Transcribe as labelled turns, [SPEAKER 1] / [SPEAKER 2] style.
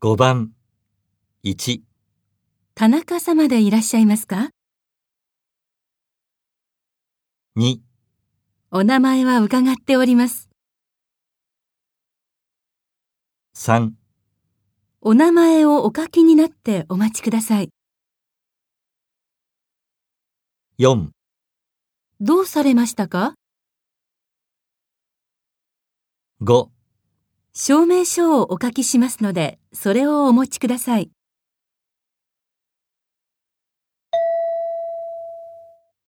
[SPEAKER 1] 5番、1、
[SPEAKER 2] 田中様でいらっしゃいますか
[SPEAKER 1] 2、
[SPEAKER 2] お名前は伺っております。
[SPEAKER 1] 3、
[SPEAKER 2] お名前をお書きになってお待ちください。
[SPEAKER 1] 4、
[SPEAKER 2] どうされましたか
[SPEAKER 1] 5
[SPEAKER 2] 証明書をお書きしますので、それをお持ちください。